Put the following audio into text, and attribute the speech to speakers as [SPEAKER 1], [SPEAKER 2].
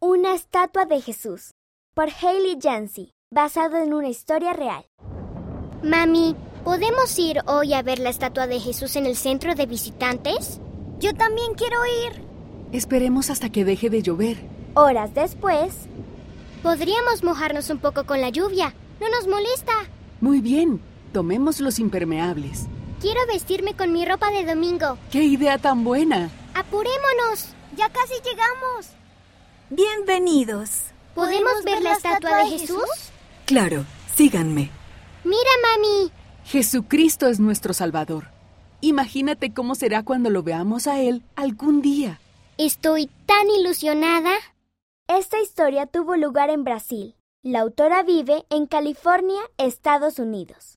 [SPEAKER 1] Una estatua de Jesús, por Haley Jancy, basado en una historia real.
[SPEAKER 2] Mami, ¿podemos ir hoy a ver la estatua de Jesús en el centro de visitantes? Yo también quiero ir.
[SPEAKER 3] Esperemos hasta que deje de llover.
[SPEAKER 1] Horas después,
[SPEAKER 2] Podríamos mojarnos un poco con la lluvia. No nos molesta.
[SPEAKER 3] Muy bien, tomemos los impermeables.
[SPEAKER 2] Quiero vestirme con mi ropa de domingo.
[SPEAKER 3] ¡Qué idea tan buena!
[SPEAKER 2] ¡Apurémonos! Ya casi llegamos.
[SPEAKER 4] Bienvenidos.
[SPEAKER 2] ¿Podemos, ver la estatua de Jesús?
[SPEAKER 4] Claro, síganme.
[SPEAKER 2] Mira, mami.
[SPEAKER 3] Jesucristo es nuestro Salvador. Imagínate cómo será cuando lo veamos a Él algún día.
[SPEAKER 2] Estoy tan ilusionada.
[SPEAKER 1] esta historia tuvo lugar en Brasil. La autora vive en California, Estados Unidos.